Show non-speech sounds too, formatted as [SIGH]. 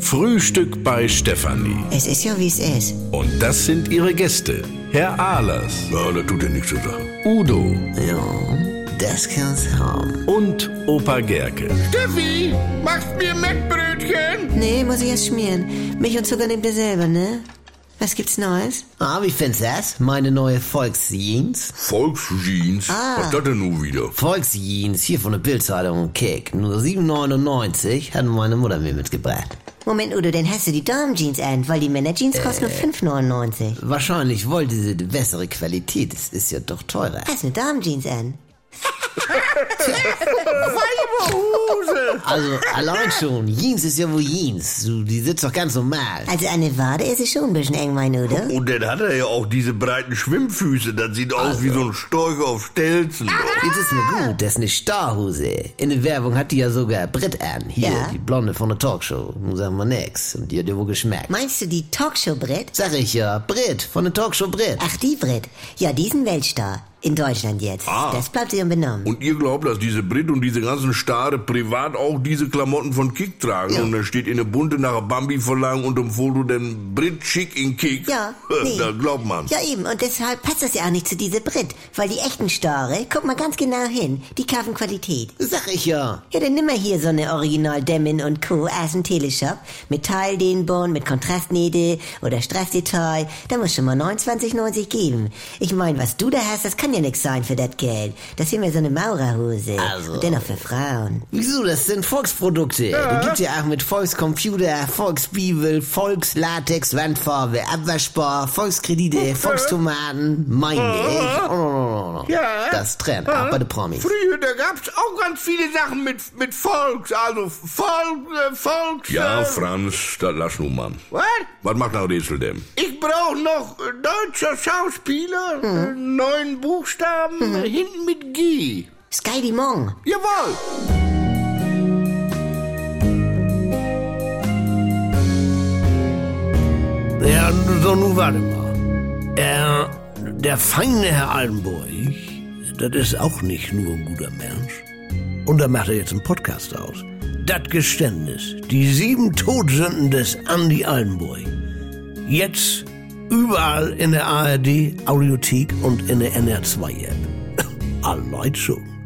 Frühstück bei Stefanie. Es ist ja, wie es ist. Und das sind ihre Gäste. Herr Ahlers, Ja, das tut ja nichts zur Sache. Udo Ja, das kann's haben. und Opa Gerke. Steffi, machst mir Mettbrötchen? Nee, muss ich erst schmieren. Milch und Zucker nehmt ihr selber, ne? Was gibt's Neues? Ah, wie findest du das? Meine neue Volksjeans? Volksjeans? Was ist das denn nun wieder? Volksjeans, hier von der Bildzeitung Kick. Nur 7,99 hat meine Mutter mir mitgebracht. Moment, Udo, dann hast du die Damenjeans an, weil die Männerjeans kosten nur 5,99. Wahrscheinlich wollte sie die bessere Qualität, es ist ja doch teurer. Hast eine Damenjeans an? Also, allein schon, Jeans ist ja wohl Jeans. Du, die sitzt doch ganz normal. Also an der Wade ist es schon ein bisschen eng, mein Udo. Und dann hat er ja auch diese breiten Schwimmfüße. Das sieht aus wie so ein Storch auf Stelzen. Jetzt ist mir gut, das ist eine Starhose. In der Werbung hat die ja sogar Brit an. Hier, Ja. die Blonde von der Talkshow. Nun sagen wir nix. Und die hat dir wohl geschmeckt. Meinst du die Talkshow-Brett? Sag ich ja, Brit, von der Talkshow Brit. Ach, die Brett. Ja, diesen Weltstar. In Deutschland jetzt. Ah. Das bleibt ihr benommen. Und ihr glaubt, dass diese Brit und diese ganzen Stare privat auch diese Klamotten von Kick tragen? Und dann steht in der Bunte nach Bambi verlangen und im Foto dann Brit schick in Kick? [LAUGHS] Ja, nee. Da glaubt man. Ja, eben. Und deshalb passt das ja auch nicht zu dieser Brit. Weil die echten Stare, guck mal ganz genau hin, die kaufen Qualität. Sag ich ja. Ja, dann nimm mal hier so eine Original Demin und Co. aus dem Teleshop. Mit Teildehnbund, mit Kontrastnähte oder Stressdetail. Da muss schon mal 29,90 geben. Ich mein, was du da hast, das kann ja nix sein für das Geld. Das hier mir so eine Maurerhose. Also. Und dennoch für Frauen. Wieso, das sind Volksprodukte. Die gibt's ja auch mit Volkscomputer, Volksbibel, Volkslatex, Wandfarbe, Abwaschbar, Volkskredite, Volkstomaten, mein Geld. Oh, oh, oh, oh. Ja. Das ist Trend, auch bei den Promis. Früher, da gab's auch ganz viele Sachen mit, mit Volks, also Volk, äh, Volks... Ja, äh, Franz, das lass nun mal. Was? Was macht ein Rätsel denn? Ich brauch noch äh, deutscher Schauspieler, äh, neun Buchstaben, äh, hinten mit G. Sky Dimong. Jawohl! Ja, so nun warte mal. Er, der feine Herr Altenburg, das ist auch nicht nur ein guter Mensch. Und da macht er jetzt einen Podcast aus. Das Geständnis, die sieben Todsünden des Andy Altenburg. Jetzt [LAUGHS] überall in der ARD, Audiothek und in der NR2-App. Allein Ah, schon.